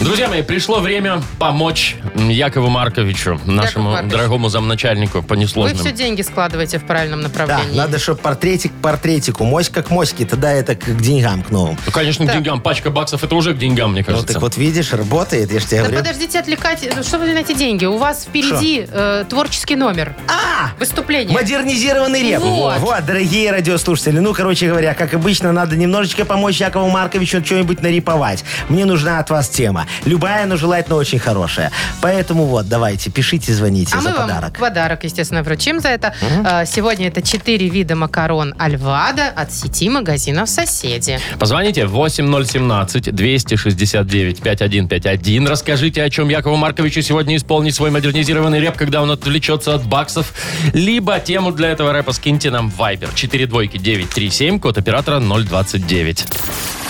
Друзья мои, пришло время помочь м, Якову Марковичу, нашему Маркович. дорогому замначальнику по Вы несложным. все деньги складываете в правильном Да, направлении. надо, чтобы портретик к портретику, моська как моське, тогда это к к деньгам к новым. Ну, конечно, к Так. деньгам. Пачка баксов это уже к деньгам, мне Ну кажется. так вот видишь, работает, я ж тебе Да говорю. подождите отвлекать. Ну, Что вы на эти деньги? У вас впереди э, творческий номер. А! Выступление. Модернизированный реп. Вот. вот, дорогие радиослушатели. Ну, короче говоря, как обычно, надо немножечко помочь Якову Марковичу что-нибудь нариповать. Мне нужна от вас тема. Любая, но желательно очень хорошая. Поэтому вот, давайте, пишите, звоните А за мы вам подарок. подарок, естественно, вручим за это. Э, Сегодня это 4 вида макарон Альвада от сети магазинов «Соседи». Позвоните 8017-269-5151. Расскажите, о чем Якову Марковичу сегодня исполнить свой модернизированный рэп, когда он отвлечется от баксов. Либо тему для этого рэпа скиньте нам в Viber 42937, код оператора 029.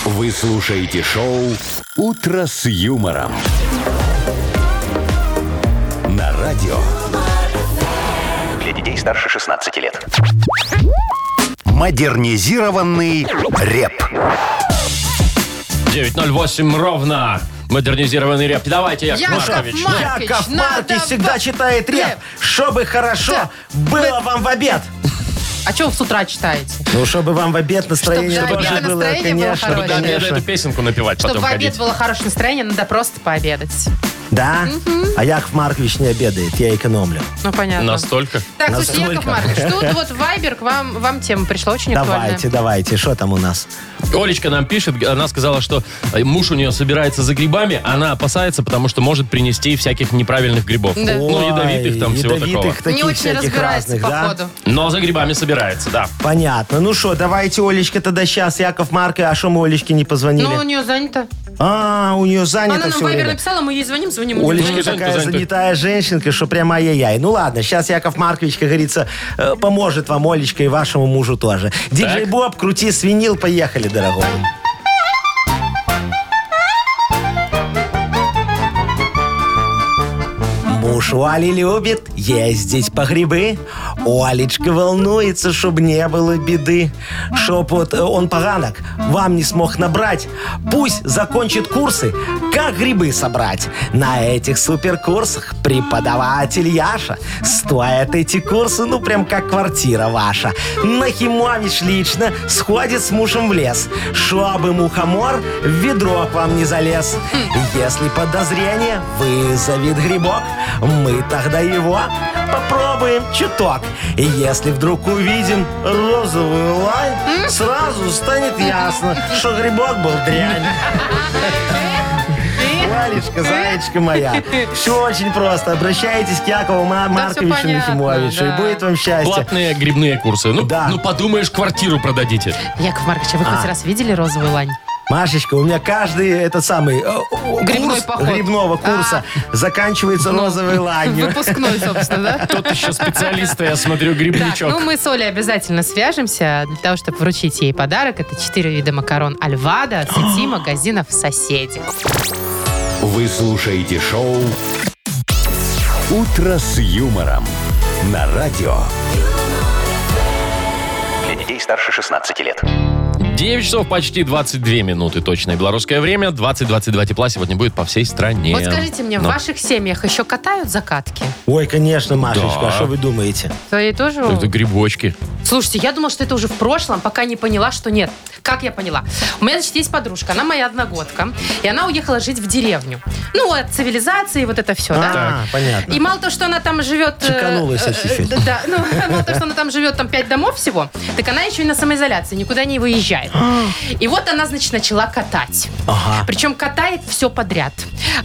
Вы слушаете шоу «Утро с юмором». На радио Для детей старше 16 лет. «Модернизированный реп». 908 ровно. Модернизированный рэп. Давайте, Яков Яков Маркович. ну. Маркович. Яков надо Маркович всегда ба- читает реп, реп. чтобы хорошо Да. было вам в обед. А что вы с утра читаете? Ну, чтобы вам в обед настроение Чтобы тоже обеда было, настроение было конечно, хорошее. Да, мне надо конечно. эту песенку напевать Чтобы потом в обед ходить. было хорошее настроение, надо просто пообедать. Да? А Яков Маркович не обедает, я экономлю. Ну, понятно. Настолько. Так, слушайте, Яков Настолько. Маркович, (laughs) тут вот Вайбер, к вам, вам тема пришла очень актуальная. Давайте, давайте, что там у нас? Олечка нам пишет, она сказала, что э, муж у нее собирается за грибами, а она опасается, потому что может принести всяких неправильных грибов. Да. Ну, ядовитых там Ой, всего такого. ядовитых таких Не очень всяких разбирается, разных, да? походу. Но за грибами собирается, да. Понятно. Ну что, давайте Олечка тогда сейчас, Яков Маркович. А что мы Олечке не позвонили? Ну, у нее занято. А, у нее занято Она нам все Вайбер время. написала, мы ей звоним, звоним. не Олечка Ну, звоним. занята, такая занята. занятая женщинка, что прямо ай-яй-яй. Ну ладно, сейчас Яков Маркович, как говорится, э, поможет вам, Олечка, и вашему мужу тоже. Диджей Боб, крути свинил, поехали, дорогой. Муж Вали любит ездить по грибы. Олечка волнуется, чтобы не было беды. Чтоб вот э, он поганок вам не смог набрать. Пусть закончит курсы, как грибы собрать. На этих суперкурсах преподаватель Яша. Стоят эти курсы, ну прям как квартира ваша. Нахимович лично сходит с мужем в лес, чтобы мухомор в ведро к вам не залез. Если подозрение вызовет грибок, мы тогда его попробуем чуток. И если вдруг увидим розовую лань, сразу станет ясно, что грибок был дрянь. Валечка, зайчка моя, все очень просто. Обращайтесь к Якову Ма- всё Марковичу понятно, Нахимовичу, да. и будет вам счастье. Платные грибные курсы. Ну, Да. ну подумаешь, квартиру продадите. Яков Маркович, а вы хоть раз видели розовую лань? Машечка, у меня каждый этот самый э, э, Грибной курс поход. А. Ну, грибного курса заканчивается розовой ланью. Выпускной, собственно, да? Тот еще специалист, я смотрю, Так, ну грибничок. мы с Олей обязательно свяжемся для того, чтобы вручить ей подарок. Это четыре вида макарон Альвада (gasps) от сети магазинов «Соседи». Вы слушаете шоу «Утро с юмором» на радио. Для детей старше 16 лет. ну. 9 часов почти 22 минуты точное белорусское время. 20-22 тепла сегодня будет по всей стране. Вот скажите мне, в Ну, ваших семьях еще катают закатки? Ой, конечно, Машечка, Да. а что вы думаете? Твои тоже? Это грибочки. Слушайте, я думала, что это уже в прошлом, пока не поняла, что нет. Как я поняла? У меня, значит, есть подружка, она моя одногодка, и она уехала жить в деревню. Ну, от цивилизации, вот это все, да? А, понятно. И мало то, что она там живет... э, Чеканулась э, э, совсем чуть-чуть. да, да, ну, (laughs) мало то, что она там живет, там пять домов всего, так она еще и на самоизоляции, никуда не выезжает. И вот она, значит, начала катать. Ага. Причем катает все подряд.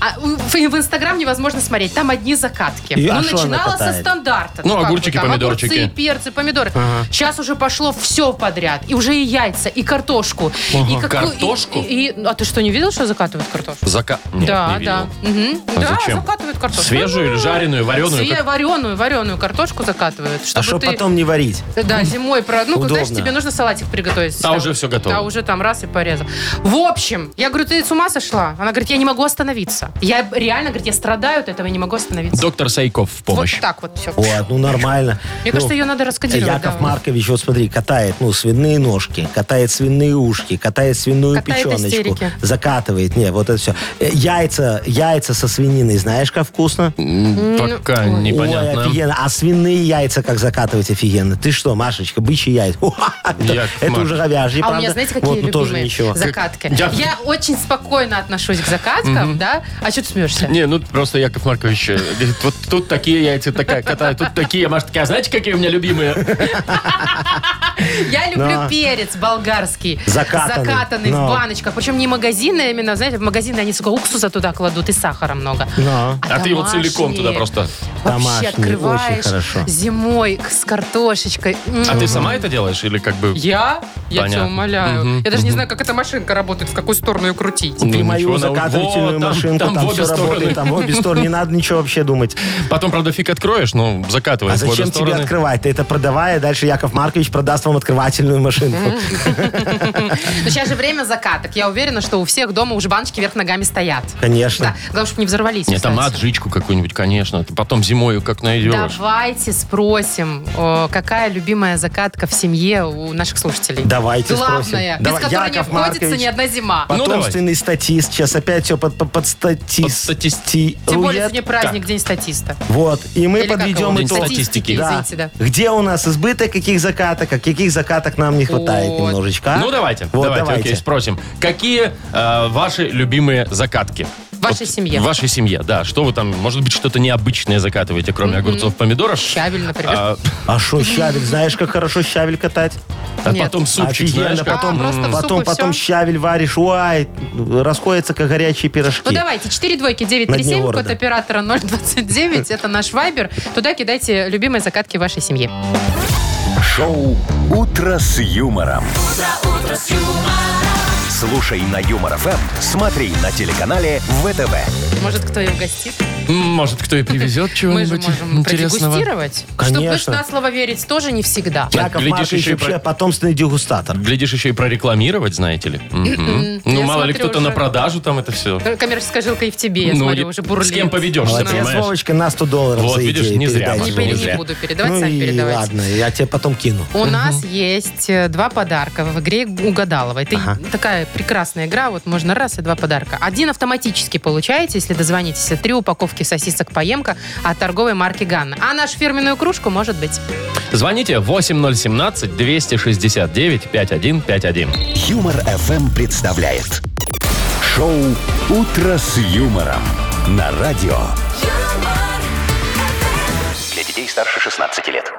А у- в в Инстаграм невозможно смотреть, там одни закатки. И- ну, а что она начинала со катает? стандарта. Ну, как бы огурчики, там, помидорчики. Огурцы, перцы, помидоры. Сейчас уже пошло все подряд. И уже и яйца, и картошку. И какую- Картошку? и- и- и- а ты что, не видел, что закатывают картошку? Зака... Нет, да, не видел. да. Мгм. А да, зачем? закатывают картошку. Свежую или жареную, вареную? Све- Как- Вареную, вареную картошку закатывают. А Чтобы что ты... потом не варить? Да, зимой. про- Ну, Удобно. знаешь, тебе нужно салатик приготовить. А уже всё готово. Да, уже там раз и порезал. В общем, я говорю, ты с ума сошла? Она говорит, я не могу остановиться. Я реально, говорит, я страдаю от этого, я не могу остановиться. Доктор Сайков в помощь. Вот так вот все. Вот, ну нормально. Мне Ну, кажется, ее надо раскодировать. Яков да. А Маркович, вот смотри, катает, ну, свиные ножки, катает свиные ушки, катает свиную Катает печеночку, истерики. закатывает, не, вот это все. Яйца, яйца со свининой, знаешь, как вкусно? М, Пока непонятно. Ой, офигенно. А свиные яйца как закатывать офигенно. Ты что, Машечка, бычьи яйца? (laughs) Это, Яков это Маркович. уже говяжьи, А правда? у меня, знаете, какие вот, ну, тоже любимые ничего. закатки? Как- Я- Я... очень спокойно отношусь к закаткам, да? А что ты смеешься? Не, ну просто Яков Маркович э, говорит, вот тут такие яйца такая катают, тут такие, Маша такая, знаете, какие у меня любимые? Я люблю Да. перец болгарский. Ну. Закатанный. Ну. Закатанный в Но. баночках. Причем не магазины а именно, знаете, в магазины они сколько уксуса туда кладут и сахара много. Но. А ты его домашние целиком туда просто. Вообще Ну. Домашние, открываешь очень хорошо. зимой к- с картошечкой. М. А ты сама это делаешь или как бы... Я? Я тебя Понятно. умоляю. Мгм, Я даже не знаю, как эта машинка работает, в какую сторону ее крутить. Ну, Ты ничего, мою на- закатывательную вот, там- машинку, там там, в обе все стороны. работает, там в обе стороны, не надо ничего вообще думать. Потом, правда, фиг откроешь, но закатывай А в обе зачем тебе стороны. открывать? Ты это продавая, дальше Яков Маркович продаст вам открывательную машинку. Но сейчас же время закаток. Я уверена, что у всех дома уже баночки вверх ногами стоят. Да, Конечно. главное, чтобы не взорвались. Нет, там кстати. аджичку какую-нибудь, конечно. Ты потом зимою как найдешь. Давайте спросим, э, какая любимая закатка в семье у наших слушателей. Давайте спросим. Главная, без Давай, которой не Яков обходится Маркович. ни одна зима. Ну, давай. Потомственный статист. Сейчас опять все под, под, Подстатисти- Тем более сегодня праздник, Так. День статиста. Вот. И мы Или как подведем его? День итог. статистики. Да. Извините, да. Где у нас избыток, каких закаток, а каких закаток нам не хватает Вот. немножечко. а? Ну, давайте, Вот, давайте, окей, спросим. Какие э, ваши любимые закатки? В вашей семье. В вашей семье, да. Что вы там, может быть, что-то необычное закатываете, кроме огурцов, помидоров? Щавель, например. А, А что, щавель, знаешь, как хорошо щавель катать? а Нет. потом супчик, Офигенно, знаешь, как? потом, А, просто в суп потом, и потом всё? щавель варишь, ой, расходится, как горячие пирожки. Ну давайте, 4 двойки, На дне 937, города. код оператора 029, это наш вайбер. Туда кидайте любимые закатки вашей семьи. Шоу «Утро с юмором». Слушай на Юмор ФМ, смотри на телеканале ВТВ. Может, кто и угостит? М, Может, кто и привезет Мы же чего-нибудь можем интересного. продегустировать. Чтобы Конечно. лишь на слово верить тоже не всегда. Я- Яков глядишь, Маркович еще и вообще про- потомственный дегустатор. Глядишь, еще и прорекламировать, знаете ли. Мгм. Ну, М-м-м. Я мало ли, смотрю кто-то уже. на продажу там это все. Ком- Коммерческая жилка и в тебе, я Ну, смотрю, и уже бурлит. с кем поведешься, Да. Молодец, понимаешь? Вовочка, на 100 долларов Вот, за видишь, идею не зря передай Не, Пошел, пере- не мне. Типа, не зря. буду передавать, ну сами и передавайте. ладно, я тебе потом кину. У нас есть э, два подарка в игре «Угадалова». Это Ага. такая прекрасная игра, вот можно раз и два подарка. Один автоматически получаете, если дозвонитесь. Три упаковки сосисок «Поемка» от торговой марки «Ганна». А нашу фирменную кружку, может быть. Звоните 8017-269-5151. Юмор FM представляет шоу Утро с юмором на радио. юмор, Для детей старше 16 лет.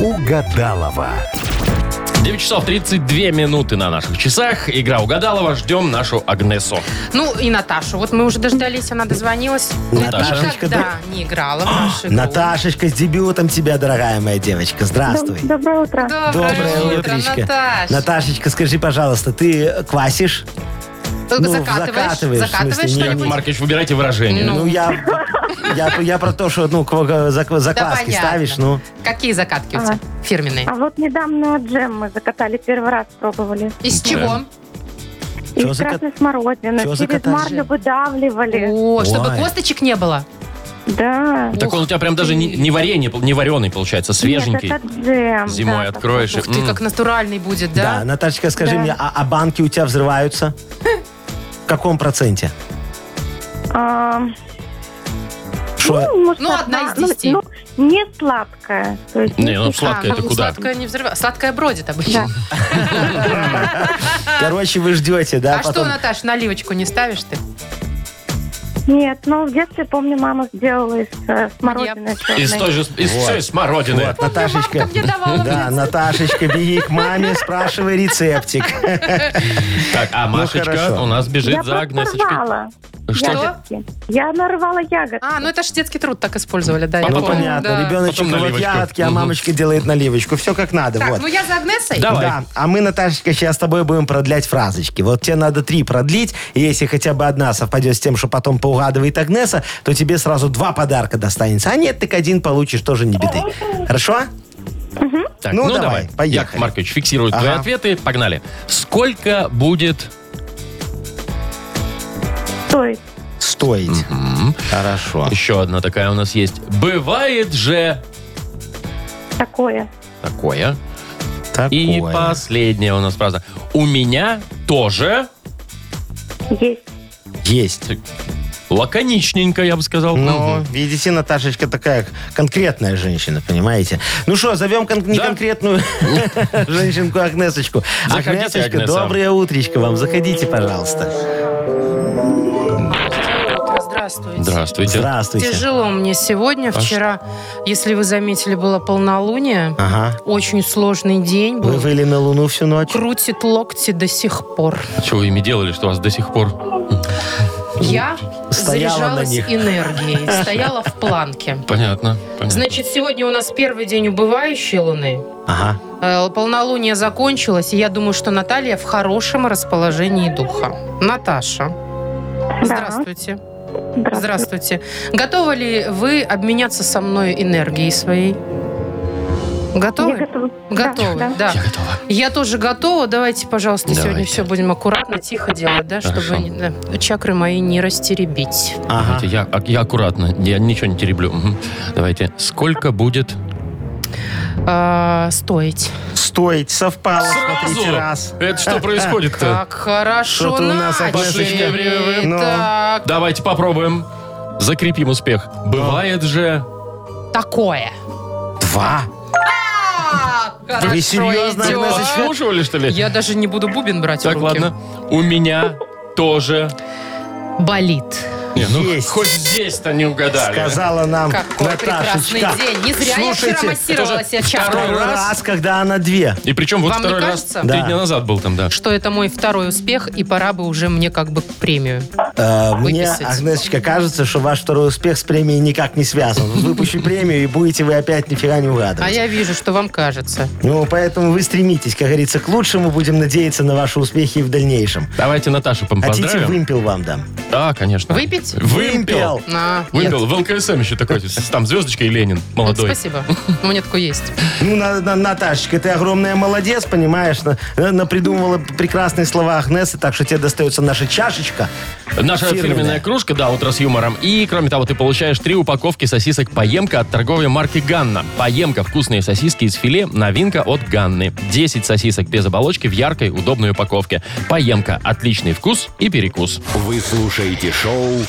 Угадалова. 9 часов 32 минуты на наших часах. Игра угадалова. Ждем нашу Агнесу. Ну и Наташу. Вот мы уже дождались, она дозвонилась. Наташечка, Никогда не играла А, в нашу игру. Наташечка, с дебютом тебя, дорогая моя девочка. Здравствуй. Доброе утро. Доброе, утро, утречко. Наташ. Наташечка, скажи, пожалуйста, ты квасишь? Только ну, закатываешь, закатываешь, в закатываешь смысле, не- Яков что-нибудь? Маркович, выбирайте выражение. Ну, Ну, я, я, я про то, что ну, к- зак- Да, закваски понятно. ставишь, ну. Какие закатки у тебя фирменные? А вот недавно джем мы закатали, первый раз пробовали. Из Да. чего? Чё Из зака- красной смородины. чё Через закатали? марлю выдавливали. О, чтобы Ой. косточек не было. Да. Так он у тебя прям даже не, не варенье, не вареный получается, свеженький. Ну, Нет, это джем. Зимой да. откроешь. и- Ух ты, М. как натуральный будет, Да, да? Наташечка, скажи Да. мне, а, а банки у тебя взрываются? В каком проценте? А, Шо- ну, может, Ну, одна из десяти. Ну, не сладкая. То есть Не, ну слегка. сладкое это ну, куда? Сладкое не взрыва. Сладкое бродит обычно. А Короче, вы ждете, да? А что, потом... Наташ, наливочку не ставишь ты? Нет, ну, в детстве, помню, мама сделала из э, смородины черной. Из той же, из Вот. всей смородины. Вот, Наташечка. мамка мне давала да, Наташечка, беги к маме, спрашивай рецептик. Ну, Так, а Машечка хорошо. у нас бежит Я за просто Агнесочкой. нарвала Что? ягодки. Я нарвала ягодки. А, ну это ж детский труд так использовали, да, я Ну, помню, да. понятно, ребеночек Потом вот наливочку. ягодки, а Мгм. мамочка делает наливочку. Все как надо, Так, вот. ну я за Агнесой? Да. Давай. Да, а мы, Наташечка, сейчас с тобой будем продлять фразочки. Вот тебе надо три продлить, и если хотя бы одна совпадет с тем, что потом поугадывает Агнеса, то тебе сразу два подарка достанется. А нет, так один получишь, тоже не беды. Хорошо? Так, ну, Ну, давай, давай, поехали. Яков Маркович фиксирует Ага. твои ответы. Погнали. Сколько будет... Стой. Стоить. Хорошо. Еще одна такая у нас есть. Бывает же... Такое. Такое. Такое. И последняя у нас фраза. У меня тоже... Есть. Есть. Лаконичненько, я бы сказал. Ну, Мгм. видите, Наташечка такая конкретная женщина, понимаете? Ну что, зовем кон- не Да. конкретную (laughs) женщинку Агнесочку. Заходите, Агнесочка, Агнеса. доброе утречко вам. Заходите, пожалуйста. Здравствуйте. Здравствуйте. Здравствуйте. А Тяжело мне сегодня, вчера, если вы заметили, было полнолуние. Ага. Очень сложный день А. Вы был. выли на луну всю ночь? Крутит локти до сих пор. А Что вы ими делали, что вас до сих пор... Я Стояла заряжалась на них. энергией, стояла в планке. (laughs) Понятно. понятно. Значит, сегодня у нас первый день убывающей луны. Ага. Э, Полнолуние закончилось, и я думаю, что Наталья в хорошем расположении духа. Наташа, Да. здравствуйте. Здравствуй. Здравствуйте. Готовы ли вы обменяться со мной энергией своей? Я Готовы? готова. Готовы, Да, да. да. Я готова. Я тоже готова. Давайте, пожалуйста, сегодня Давайте. все будем аккуратно, тихо делать, да, Хорошо. чтобы да, чакры мои не растеребить. Ага. Давайте, Я, а- я аккуратно, я ничего не тереблю. Мгм. Давайте. Сколько будет... А, стоить. Стоить совпало, Сразу? смотрите, раз. Это что происходит-то? Как хорошо Что-то у нас начали. Агнесочка. Ну. Так, Давайте попробуем. Закрепим успех. Бывает же... Ну. такое. Два. Хорошо Вы серьезно, идет. Агнесочка? Слушали, что ли? Я даже не буду бубен брать Так, в руки. ладно. У меня тоже... Болит. Не, ну, Есть. хоть здесь-то не угадали. Сказала нам Какой Наташечка. прекрасный день. Не зря я Слушайте, вчера массировала себя Второй чакрой. раз, когда она две. И причем вот Вам не второй раз кажется? три Да. дня назад был там, да. Что это мой второй успех, и пора бы уже мне как бы премию. Э, Мне, Выписать. Агнесочка, кажется, что ваш второй успех с премией никак не связан. Выпущу премию, и будете вы опять нифига не А угадывать. я вижу, что вам кажется. Ну, поэтому вы стремитесь, как говорится, к лучшему. Будем надеяться на ваши успехи и в дальнейшем. Давайте Наташу пом- Хотите, поздравим. вымпел вам дам. Да, конечно. Выпить? Вымпел. На, нет. Вымпел. В ЛКСМ еще такой, с- там звездочка и Ленин молодой. Спасибо. У меня такой есть. Ну, на- на- Наташечка, ты огромная молодец, понимаешь? На- на- Напридумывала прекрасные слова Агнесы, так что тебе достается наша чашечка. Наша фирменная. Фирменная. кружка, да, утро с юмором. И, кроме того, ты получаешь три упаковки сосисок «Поемка» от торговой марки «Ганна». «Поемка» – вкусные сосиски из филе, новинка от «Ганны». 10 сосисок без оболочки в яркой, удобной упаковке. «Поемка» – отличный вкус и перекус. Вы слушаете шоу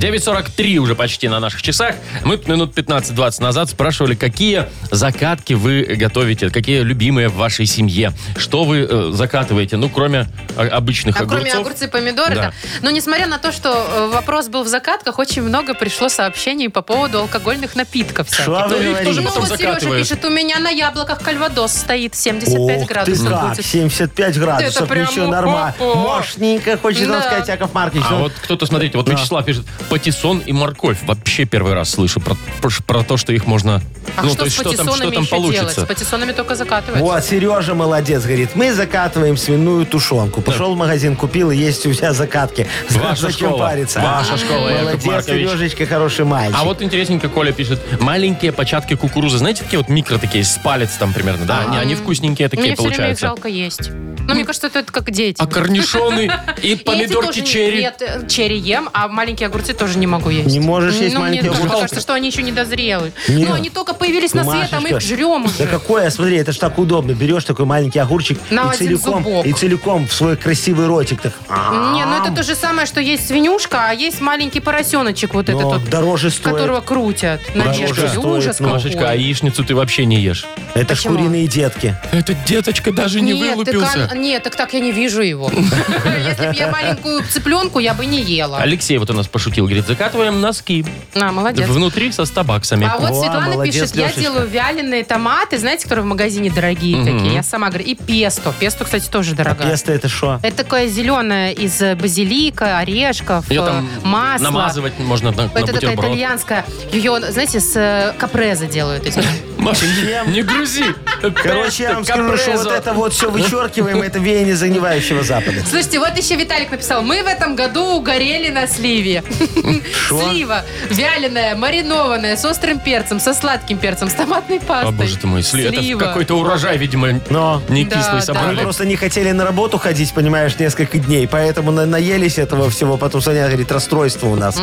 9.43 уже почти на наших часах. Мы тут минут 15-20 назад спрашивали, какие закатки вы готовите, какие любимые в вашей семье. Что вы э, закатываете, ну, кроме э, обычных А огурцов. кроме огурцы и помидоры, Да. да. Но несмотря на то, что э, вопрос был в закатках, очень много пришло сообщений по поводу алкогольных напитков. всяких. Шла Ну, вы их говорите. тоже Ну потом вот Сережа закатываешь. пишет, у меня на яблоках кальвадос стоит 75 Ох ты градусов как, будет. 75 градусов, прям ничего, нормально. о-о-о. Мощненько, хочет нам Да. сказать, Яков Маркович. А Ну, вот кто-то, смотрите, вот Вячеслав пишет, патиссон и морковь. Вообще первый раз слышу про, про, про то, что их можно... А ну, что то есть с что там, патиссонами что там еще делать? С получится. патиссонами только закатывать. Вот, Сережа молодец, говорит, мы закатываем свиную тушенку. Пошел в магазин, купил, и есть у тебя закатки. Ваша Зачем школа. париться? Ваша а? школа, Яков Молодец, Маркович. Сережечка, хороший мальчик. А вот интересненько Коля пишет, маленькие початки кукурузы, знаете, такие вот микро такие, с палец там примерно, да? Они, они вкусненькие такие А. Мне все время их получаются. жалко есть. Но мне кажется, это как дети. А (laughs) корнишоны и И эти помидорки тоже- черри. Нет, э, черри ем, а маленькие огурцы тоже не могу есть. Не можешь есть ну, маленькие мне тоже огурцы? кажется, что они еще не дозрелы. Нет. Но они только появились на свет, а мы их Машечка, жрем Да уже. какое, смотри, это ж так удобно. Берешь такой маленький огурчик На и, один целиком, зубок. и целиком в свой красивый ротик. Так, Не, ну это то же самое, что есть свинюшка, а есть маленький поросеночек вот но этот вот, дороже стоит. которого крутят. Дороже Надежда, стоит, ужас ну. какой. Машечка, а яичницу ты вообще не ешь. Это ж Почему? куриные детки. А Эта деточка даже не нет, так вылупился. он- нет, так так я не вижу его. (laughs) Если бы я маленькую цыпленку, я бы не ела. Алексей вот у нас пошутил, говорит, закатываем носки. На, молодец. Внутри со 100 баксами. А вот О, Светлана молодец, пишет, Лешечка. я делаю вяленые томаты, знаете, которые в магазине дорогие Мгм. А такие. Я сама говорю. И песто. Песто, кстати, тоже дорогое. Песто это что? Это такое зеленое из э, базилика, орешков, Ее э, там масла. намазывать можно на, на Это такая бутерброд. итальянская. Ее, знаете, с э, капреза (laughs) делают. из- Маша, не, Чем? не грузи. Короче, я вам Просто скажу, что вот капреза. это вот все вычеркиваем, это веяние загнивающего Запада. Слушайте, вот еще Виталик написал. Мы в этом году угорели (laughs) на сливе. Слива. Вяленая, маринованная, с острым перцем, со сладким перцем, с томатной пастой. О, А боже ты мой, сли- это Слива. какой-то урожай, видимо, Но не Да, кислый да. они собрали. просто не хотели на работу ходить, понимаешь, несколько дней, поэтому на- наелись этого всего, потом Соня говорит, расстройство у нас.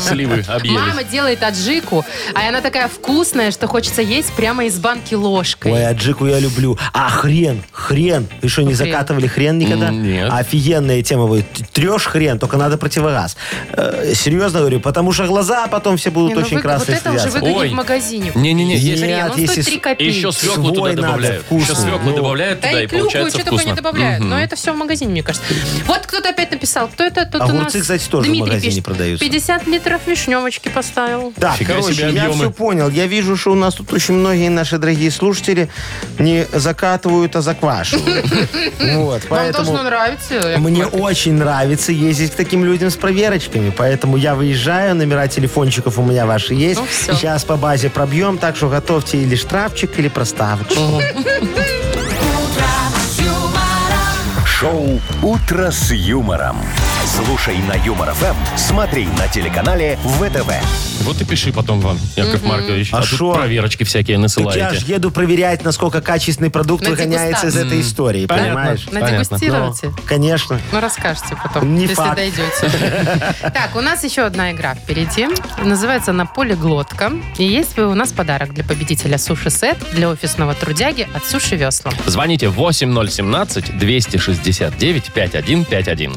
Сливы Мама объелись. делает аджику, а она такая вкусная, что хочется есть прямо из банки ложкой. Ой, аджику я люблю. А хрен, хрен. Вы что, не Хрен. закатывали хрен никогда? М, нет. Офигенная тема будет. Трешь хрен, только надо противогаз. Э, серьезно говорю, потому что глаза потом все будут Не, ну очень вы- красные Вот это уже слезятся. выгоднее Ой. в магазине. Не-не-не, есть. Нет, Хрен, он если стоит 3 с- И копейки. еще свеклу туда Свой надо, добавляют. Еще вкусный. свеклу Ну. добавляют Да туда, и и клюкву, и получается что такое не вкусно. добавляют. ну. Мгм. Но это все в магазине, мне кажется. Вот кто-то опять написал. Кто это? Тут у нас А Огурцы, кстати, тоже в Дмитрий магазине пишет, продаются. 50 литров вишневочки поставил. Так, Фига себе короче, я объемы. все понял. Я вижу, что у нас тут очень многие наши дорогие слушатели не закатывают, а заквашивают. (laughs) Вот, Вам поэтому... должно нравиться. Яков Мне Маркович. очень нравится ездить к таким людям с проверочками, поэтому я выезжаю, номера телефончиков у меня ваши есть. Ну, всё. Сейчас по базе пробьем, так что готовьте или штрафчик, или проставочку. шоу «Утро с юмором». Слушай на Юмор ФМ, смотри на телеканале ВТВ. Вот и пиши потом вам, Яков Маркович. А А тут шо? проверочки всякие Так я ж насылаете. еду проверять, насколько качественный продукт На выгоняется из этой истории, Понятно. понимаешь? На понятно. дегустируйте. Конечно. Ну, расскажете потом, Не если факт. дойдете. Так, у нас еще одна игра впереди. Называется «На поле глотка». И есть у нас подарок для победителя суши-сет для офисного трудяги от Суши Весла. Звоните 8017-269-5151.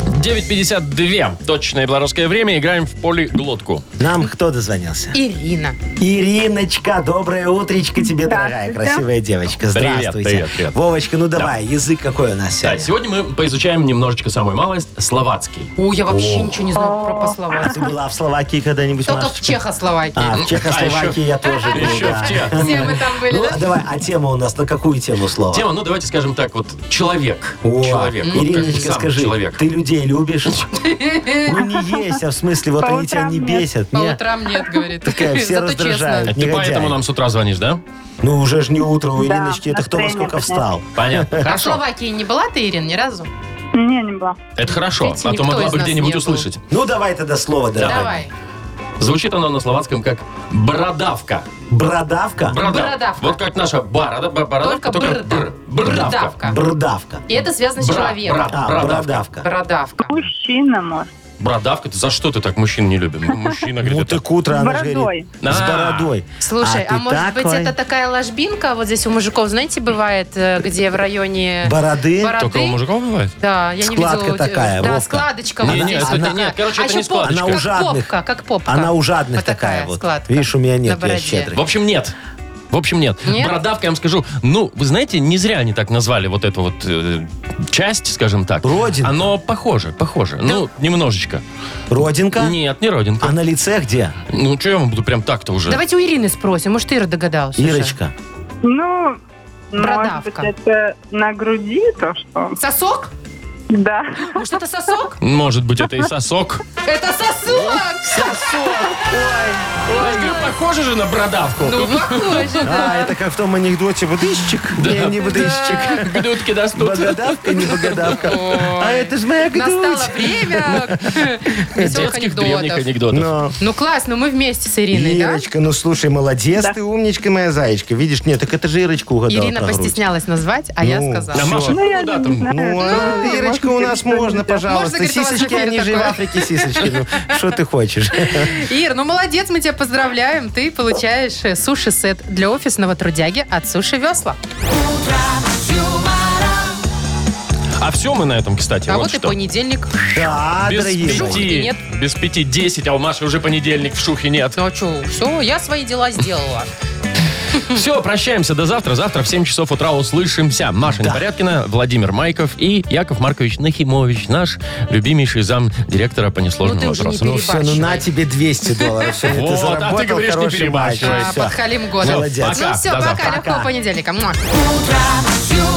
9.52. Точное белорусское время. Играем в поле глотку. Нам кто дозвонился? Ирина. Ириночка, доброе утречко тебе, дорогая, Здравствуйте. красивая девочка. Привет, Здравствуйте. привет, привет. Вовочка, ну давай, язык какой у нас Да, сегодня? сегодня мы поизучаем немножечко самую малость словацкий. О, я вообще ничего не знаю про Ты пословацию. была в Словакии когда-нибудь, Только в Машечка? Чехословакии. А, в А, еще- Чехословакии я тоже был, еще да. в те. Все мы там были, Ну, да? давай, а тема у нас на какую тему слово? Тема, ну давайте скажем так, вот человек. О, человек. вот как ты Ириночка, сам скажи, человек. ты людей (laughs) любишь? Ну не есть, а в смысле, вот По они тебя утрам не нет. бесят. По Нет. утрам нет, говорит. Такая, все Зато раздражают. А Ты честно. негодяй. поэтому нам с утра звонишь, да? Ну уже ж не утро у Да, Ириночки, это кто во настроение сколько поднять. встал. Понятно. А в Хорошо. Словакии не была ты, Ирин, ни разу? Не, не была. Это хорошо, Видите, а то никто могла из бы нас не где-нибудь был. услышать. Ну давай тогда слово, дорогая. Давай. Звучит оно на словацком как бородавка. Бродавка? Бородавка. Вот как наша борода, б- бородавка, Только только брда. бр. Бородавка. Бородавка. А, Бродавка. И это связано с Бра- человеком. бра- А, Бродавка. бродавка. Бородавка. Мужчина, может. Бородавка, ты за что ты так мужчин не любим? Мужчина, Ну говорит, это- ты к утро, она же бородой. говорит. С А. бородой. Слушай, а, ты может быть такой? это такая ложбинка? Вот здесь у мужиков, знаете, бывает, э, где в районе... Бороды? бороды. только у мужиков бывает? Да, я Складка не видела. у тебя- такая, Да, Вовка. складочка вот Не-не, здесь. это вот не- такая. нет, короче, а это еще не складочка. попка, Она у как жадных. попка, как попка. Она у жадных Вот такая такая вот. складка. Видишь, у меня нет, На я бороде. щедрый. В общем, нет. В общем, нет. Нет? Бородавка, я вам скажу, ну, вы знаете, не зря они так назвали вот эту вот э, часть, скажем так. Родинка. Оно похоже, похоже. Ну, немножечко. Родинка? Нет, не родинка. А на лице где? Ну, что я вам буду прям так-то уже? Давайте у Ирины спросим, может, Ира догадалась уже. Ирочка. Ну, Бородавка. может быть, это на груди то, что... Сосок? Да. Может, это сосок? Может быть, (laughs) это и сосок. Это сосок! Я же говорю, Похоже же на бородавку. Ну, (laughs) похоже, А, да. это как в том анекдоте «Будыщик»? Не, не «Будыщик». Гнутки достут. Богодавка, не богодавка. Ой. А это ж моя Настало грудь. время веселых Детских древних анекдотов. анекдотов. Ну, Ну, класс, ну мы вместе с Ириной, да? Ирочка, ну слушай, молодец Да. ты, умничка моя зайчка. Видишь, нет, так это же Ирочка угадала Ирина про грудь. постеснялась назвать, а я Ну, А сказала. Маша, Ну, я ну да, не там знаю. Ну, а, Ну, Ирочка, у может, нас никто не можно, знает. пожалуйста. Можно, говорит, у вас Сисечки, эфир они же и в такой. Африке сисечки. Ну, что ты хочешь? Ир, ну молодец, мы тебя поздравляем. Ты получаешь э, суши-сет для офисного трудяги от Суши Весла. А все мы на этом, кстати. А вот вот и что. понедельник. Да, Без дорогие мои. Шухи-то пяти. нет. Без пяти десять, а у Маши уже понедельник, в шухе нет. Ну а что, все, я свои дела сделала. Все, прощаемся до завтра. Завтра в 7 часов утра услышимся. Маша Непорядкина, Владимир Майков и Яков Маркович Нахимович, наш любимейший зам директора по Ну несложным ты уже не вопросам. Ну все, ну на тебе 200 долларов. Все, Вот, а ты ты заработал, говоришь, не хороший мальчик. перебарщивай. А, Всё. Под Халим годом. Молодец. Ну все, Пока, до пока, завтра. легкого Пока. понедельника. Муа. Утро с юмором.